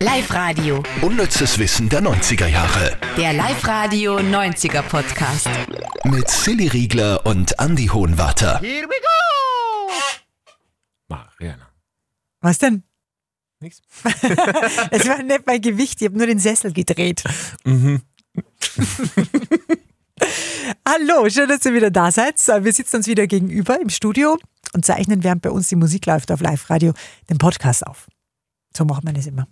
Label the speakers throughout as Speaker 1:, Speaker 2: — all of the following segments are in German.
Speaker 1: Live-Radio.
Speaker 2: Unnützes Wissen der 90er Jahre.
Speaker 1: Der Live-Radio 90er Podcast.
Speaker 2: Mit Silly Riegler und Andy Hohenwarter.
Speaker 3: Mariana.
Speaker 4: Was denn?
Speaker 3: Nix.
Speaker 4: Es war nicht mein Gewicht, ich habe nur den Sessel gedreht. Hallo, schön, dass ihr wieder da seid. Wir sitzen uns wieder gegenüber im Studio und zeichnen, während bei uns die Musik läuft auf Live-Radio, den Podcast auf. So macht man das immer.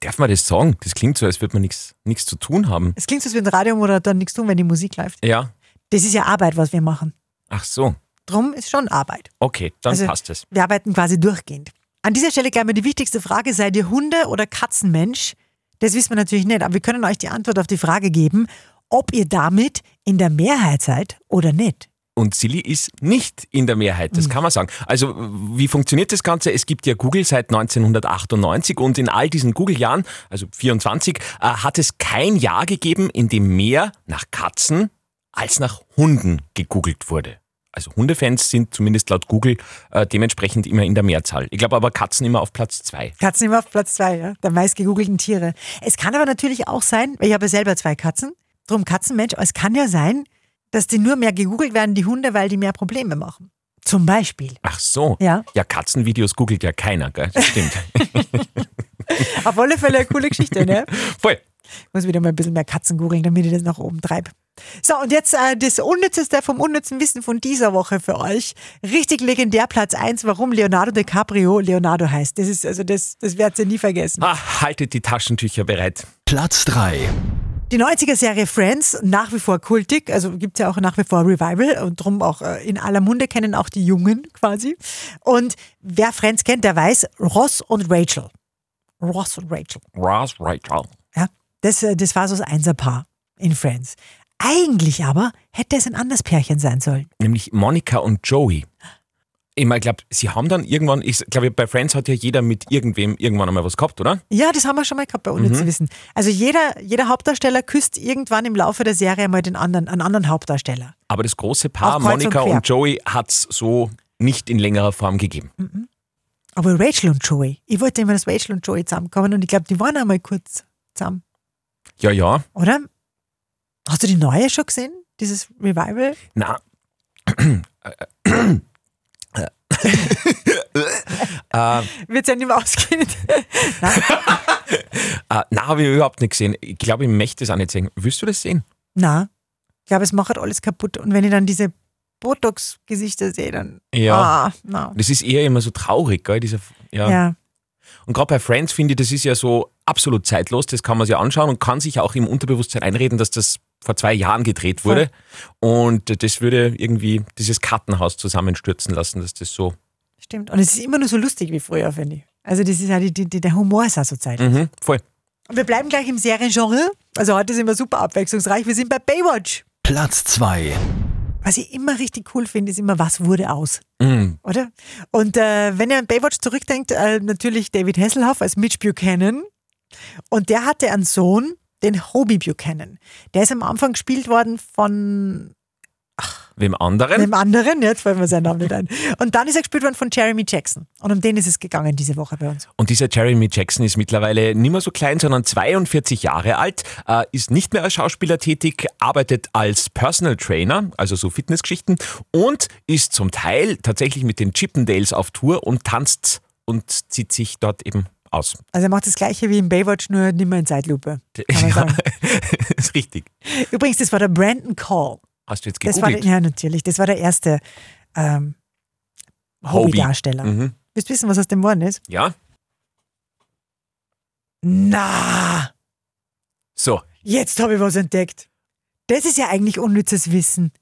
Speaker 3: Darf man das sagen? Das klingt so, als würde man nichts nichts zu tun haben.
Speaker 4: Es klingt so, als würde ein Radiomoderator nichts tun, wenn die Musik läuft.
Speaker 3: Ja.
Speaker 4: Das ist ja Arbeit, was wir machen.
Speaker 3: Ach so.
Speaker 4: Drum ist schon Arbeit.
Speaker 3: Okay, dann
Speaker 4: Also-
Speaker 3: passt es.
Speaker 4: Wir arbeiten quasi durchgehend. An dieser Stelle gleich mal die wichtigste Frage: Seid ihr Hunde- oder Katzenmensch? Das wissen wir natürlich nicht, aber wir können euch die Antwort auf die Frage geben, ob ihr damit in der Mehrheit seid oder nicht.
Speaker 3: Und Silly ist nicht in der Mehrheit, das kann man sagen. Also, wie funktioniert das Ganze? Es gibt ja Google seit 1998 und in all diesen Google-Jahren, also 24, äh, hat es kein Jahr gegeben, in dem mehr nach Katzen als nach Hunden gegoogelt wurde. Also Hundefans sind zumindest laut Google äh, dementsprechend immer in der Mehrzahl. Ich glaube aber Katzen immer auf Platz zwei.
Speaker 4: Katzen immer auf Platz zwei, ja? der meistgegoogelten Tiere. Es kann aber natürlich auch sein, weil ich habe ja selber zwei Katzen, drum Katzenmensch, aber es kann ja sein, dass die nur mehr gegoogelt werden, die Hunde, weil die mehr Probleme machen. Zum Beispiel.
Speaker 3: Ach so.
Speaker 4: Ja.
Speaker 3: Ja, Katzenvideos googelt ja keiner, gell? Das stimmt.
Speaker 4: Auf alle Fälle eine coole Geschichte, ne?
Speaker 3: Voll.
Speaker 4: muss wieder mal ein bisschen mehr Katzen googeln, damit ich das nach oben treibe. So, und jetzt äh, das Unnützeste vom unnützen Wissen von dieser Woche für euch. Richtig legendär Platz 1, warum Leonardo DiCaprio Leonardo heißt. Das ist, also das, das werdet ihr nie vergessen.
Speaker 3: Ah, haltet die Taschentücher bereit.
Speaker 2: Platz 3.
Speaker 4: Die 90er-Serie Friends, nach wie vor kultig, also gibt's ja auch nach wie vor Revival und drum auch äh, in aller Munde kennen auch die Jungen quasi. Und wer Friends kennt, der weiß, Ross und Rachel. Ross und Rachel.
Speaker 3: Ross Rachel.
Speaker 4: Ja, das, äh, das war so das Einserpaar in Friends. Eigentlich aber hätte es ein anderes Pärchen sein sollen.
Speaker 3: Nämlich Monika und Joey. Ich meine, ich glaube, sie haben dann irgendwann, ich glaube, bei Friends hat ja jeder mit irgendwem irgendwann einmal was gehabt, oder?
Speaker 4: Ja, das haben wir schon mal gehabt bei Unnützen Wissen. Also jeder, jeder Hauptdarsteller küsst irgendwann im Laufe der Serie mal den anderen, einen anderen Hauptdarsteller.
Speaker 3: Aber das große Paar,
Speaker 4: Auch kreuz und
Speaker 3: Monika und,
Speaker 4: quer.
Speaker 3: Joey, hat es so nicht in längerer Form gegeben.
Speaker 4: Aber Rachel und Joey, ich wollte immer, dass Rachel und Joey zusammenkommen und ich glaube, die waren einmal kurz zusammen,
Speaker 3: Ja, ja.
Speaker 4: oder? Hast du die neue schon gesehen? Dieses Revival?
Speaker 3: Na. äh,
Speaker 4: Wird ja nicht mehr ausgehen. Nein.
Speaker 3: äh, na, habe ich überhaupt nicht gesehen. Ich glaube, ich möchte es auch nicht sehen. Willst du das sehen?
Speaker 4: Na, ich glaube, es macht alles kaputt. Und wenn ich dann diese Botox-Gesichter sehe, dann. Ah, na.
Speaker 3: Das ist eher immer so traurig, gell? Dieser, ja.
Speaker 4: Ja.
Speaker 3: Und gerade bei Friends finde ich, das ist ja so absolut zeitlos, das kann man sich anschauen und kann sich auch im Unterbewusstsein einreden, dass das vor zwei Jahren gedreht wurde. Und das würde irgendwie dieses Kartenhaus zusammenstürzen lassen, dass das so.
Speaker 4: Stimmt. Und es ist immer nur so lustig wie früher, finde ich. Also das ist ja die, die, der Humor ist auch so zeitlich.
Speaker 3: Mhm, voll.
Speaker 4: Und wir bleiben gleich im Seriengenre. Also heute sind wir super abwechslungsreich. Wir sind bei Baywatch.
Speaker 2: Platz 2.
Speaker 4: Was ich immer richtig cool finde, ist immer, was wurde aus,
Speaker 3: Mhm.
Speaker 4: oder? Und äh, wenn ihr an Baywatch zurückdenkt, äh, natürlich David Hasselhoff als Mitch Buchanan. Und der hatte einen Sohn, den Hobie Buchanan. Der ist am Anfang gespielt worden von
Speaker 3: Wem anderen?
Speaker 4: einem anderen, jetzt fällt mir sein Name nicht ein. Und dann ist er gespielt worden von Jeremy Jackson. Und um den ist es gegangen diese Woche bei uns.
Speaker 3: Und dieser Jeremy Jackson ist mittlerweile nicht mehr so klein, sondern 42 Jahre alt, äh, ist nicht mehr als Schauspieler tätig, arbeitet als Personal Trainer, also so Fitnessgeschichten, und ist zum Teil tatsächlich mit den Chippendales auf Tour und tanzt und zieht sich dort eben aus.
Speaker 4: Also er macht das gleiche wie in Baywatch, nur nicht mehr in Zeitlupe. Kann man
Speaker 3: Ja,
Speaker 4: sagen.
Speaker 3: ist richtig.
Speaker 4: Übrigens, das war der Brandon Call.
Speaker 3: Hast du jetzt
Speaker 4: Das war,
Speaker 3: gegoogelt?
Speaker 4: der- ja, natürlich. Das war der erste ähm,
Speaker 3: Hobie.
Speaker 4: Hobby-Darsteller.
Speaker 3: mhm.
Speaker 4: Willst du wissen, was aus dem geworden ist?
Speaker 3: Ja,
Speaker 4: Na,
Speaker 3: so.
Speaker 4: jetzt habe ich was entdeckt. Das ist ja eigentlich unnützes Wissen.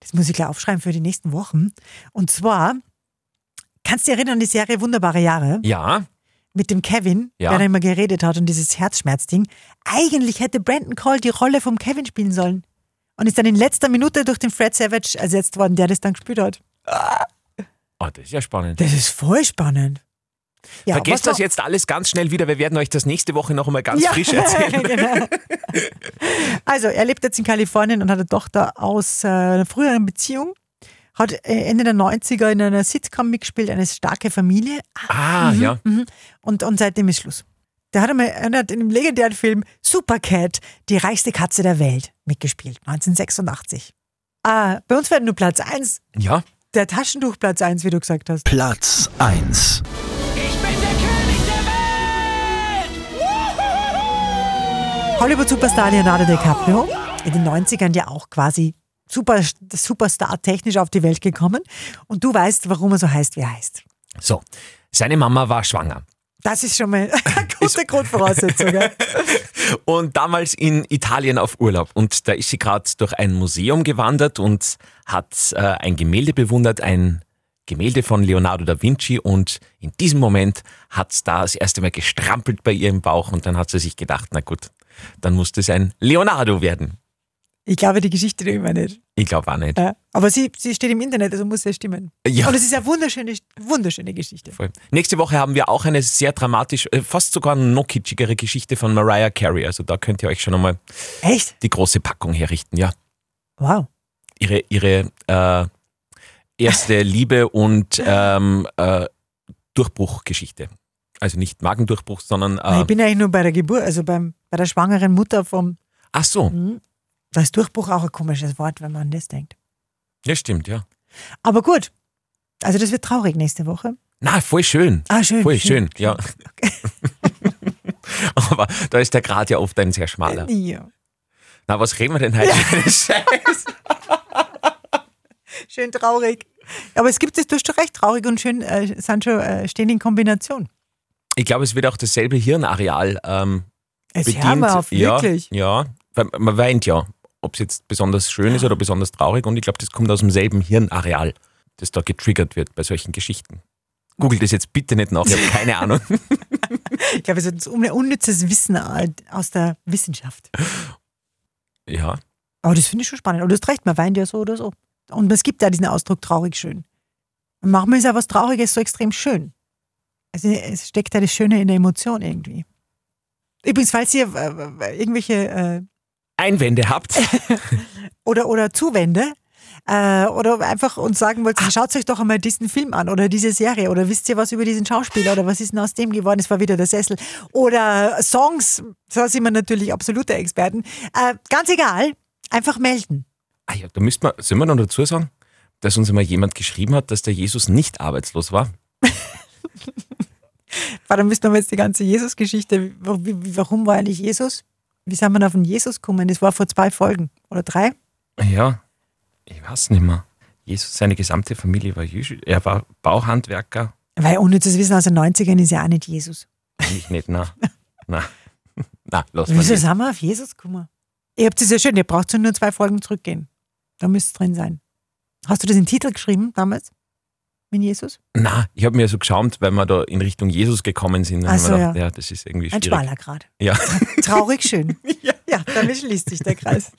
Speaker 4: Das muss ich gleich aufschreiben für die nächsten Wochen. Und zwar, kannst du dich erinnern an die Serie Wunderbare Jahre?
Speaker 3: Ja,
Speaker 4: mit dem Kevin,
Speaker 3: Ja.
Speaker 4: der da immer geredet hat und dieses Herzschmerzding. Eigentlich hätte Brandon Cole die Rolle vom Kevin spielen sollen. Und ist dann in letzter Minute durch den Fred Savage ersetzt worden, der das dann gespielt hat.
Speaker 3: oh, das ist ja spannend.
Speaker 4: Das ist voll spannend. Ja, was
Speaker 3: Vergesst das
Speaker 4: noch-
Speaker 3: jetzt alles ganz schnell wieder. Wir werden euch das nächste Woche noch einmal ganz
Speaker 4: Ja.
Speaker 3: frisch erzählen.
Speaker 4: genau. Also, er lebt jetzt in Kalifornien und hat eine Tochter aus äh, einer früheren Beziehung. Hat äh, Ende der 90er in einer Sitcom mitgespielt, eine starke Familie.
Speaker 3: ah, ja.
Speaker 4: Mhm. Und, und seitdem ist Schluss. Da hat einmal einer in dem legendären Film Supercat, die reichste Katze der Welt, mitgespielt, 1986. Ah, bei uns werden nur Platz 1,
Speaker 3: Ja,
Speaker 4: der Taschentuch Platz 1, wie du gesagt hast.
Speaker 2: Platz 1.
Speaker 5: Ich bin der König der Welt! Wuhuhuhu!
Speaker 4: Hollywood-Superstar Leonardo DiCaprio, in den 90ern ja auch quasi super, Superstar technisch auf die Welt gekommen. Und du weißt, warum er so heißt, wie er heißt.
Speaker 3: so. Seine Mama war schwanger.
Speaker 4: Das ist schon mal eine gute Grundvoraussetzung. gell?
Speaker 3: Und damals in Italien auf Urlaub. Und da ist sie gerade durch ein Museum gewandert und hat äh, ein Gemälde bewundert, ein Gemälde von Leonardo da Vinci. Und in diesem Moment hat's da das erste Mal gestrampelt bei ihr im Bauch. Und dann hat sie sich gedacht, na gut, dann muss das ein Leonardo werden.
Speaker 4: Ich glaube, die Geschichte die immer nicht.
Speaker 3: Ich glaube auch nicht.
Speaker 4: Ja. Aber sie, sie steht im Internet, also muss ja stimmen.
Speaker 3: Ja.
Speaker 4: Und es ist eine wunderschöne, wunderschöne Geschichte.
Speaker 3: Voll. Nächste Woche haben wir auch eine sehr dramatisch, äh, fast sogar noch kitschigere Geschichte von Mariah Carey. Also da könnt ihr euch schon einmal
Speaker 4: Echt?
Speaker 3: die große Packung herrichten, ja.
Speaker 4: Wow.
Speaker 3: ihre, ihre äh, erste Liebe und ähm, äh, Durchbruchgeschichte. Also nicht Magendurchbruch, sondern.
Speaker 4: Nein, ich
Speaker 3: Äh,
Speaker 4: bin eigentlich nur bei der Geburt, also beim, bei der schwangeren Mutter vom.
Speaker 3: ach so,
Speaker 4: Mhm. Da ist Durchbruch auch ein komisches Wort, wenn man an das denkt.
Speaker 3: ja, stimmt, ja.
Speaker 4: Aber gut. Also, das wird traurig nächste Woche.
Speaker 3: Na, voll schön.
Speaker 4: Ah, schön.
Speaker 3: voll schön, ja. Aber da ist der Grad ja oft ein sehr schmaler.
Speaker 4: Ja.
Speaker 3: Na, was reden wir denn heute? für einen Scheiß?
Speaker 4: Schön traurig. Aber es gibt es, du hast schon recht, traurig und schön äh, sind schon, äh, stehen in Kombination.
Speaker 3: Ich glaube, es wird auch dasselbe Hirnareal ähm,
Speaker 4: Es
Speaker 3: bedient.
Speaker 4: hör mal auf,
Speaker 3: ja,
Speaker 4: wirklich.
Speaker 3: Ja, weil man weint ja, ob es jetzt besonders schön ist oder besonders traurig. Und ich glaube, das kommt aus demselben Hirnareal, das da getriggert wird bei solchen Geschichten. Google das jetzt bitte nicht nach, ich habe keine Ahnung.
Speaker 4: Ich glaube, es ist un unnützes Wissen äh, aus der Wissenschaft.
Speaker 3: Ja,
Speaker 4: Aber das finde ich schon spannend. Und du hast recht, man weint ja so oder so. Und es gibt ja diesen Ausdruck traurig schön. Und manchmal ist ja was Trauriges so extrem schön. Also es steckt ja das Schöne in der Emotion irgendwie. Übrigens, falls ihr äh, irgendwelche äh,
Speaker 3: Einwände habt.
Speaker 4: oder, oder Zuwände äh, oder einfach uns sagen wollt, schaut euch doch einmal diesen Film an oder diese Serie oder wisst ihr was über diesen Schauspieler oder was ist denn aus dem geworden? Es war wieder der Sessel. Oder Songs, da sind wir natürlich absolute Experten. Äh, ganz egal, einfach melden.
Speaker 3: Ah ja, da müsste man, sollen wir noch dazu sagen, dass uns einmal jemand geschrieben hat, dass der Jesus nicht arbeitslos war?
Speaker 4: Weil dann müssen wir jetzt die ganze Jesus-Geschichte, wa- wie- wie- warum war eigentlich Jesus? Wie sind wir denn auf den Jesus gekommen? Das war vor zwei Folgen oder drei.
Speaker 3: Ja, ich weiß nicht mehr. Jesus, seine gesamte Familie war Jüdisch. Er war Bauhandwerker.
Speaker 4: Weil unnützes Wissen aus den 90ern ist ja auch nicht Jesus.
Speaker 3: Ich nicht, na. Na, na, lass mal.
Speaker 4: Also, Wieso
Speaker 3: nicht.
Speaker 4: sind wir auf Jesus gekommen? Ihr habt es ja schön, ihr braucht nur zwei Folgen zurückgehen. Da müsste es drin sein. Hast du das in den Titel geschrieben damals? Mit Jesus?
Speaker 3: Na, ich habe mir so geschaumt, weil wir da in Richtung Jesus gekommen sind. Dann haben
Speaker 4: Ach
Speaker 3: wir
Speaker 4: so,
Speaker 3: gedacht, ja. das ist irgendwie
Speaker 4: Ein
Speaker 3: schwierig.
Speaker 4: schmaler Grad.
Speaker 3: Ja.
Speaker 4: Traurig schön. ja. damit schließt sich der Kreis.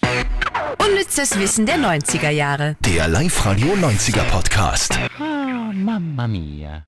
Speaker 1: Unnützes Wissen der 90er Jahre.
Speaker 2: Der Live-Radio 90er Podcast.
Speaker 6: Ah, mamma mia.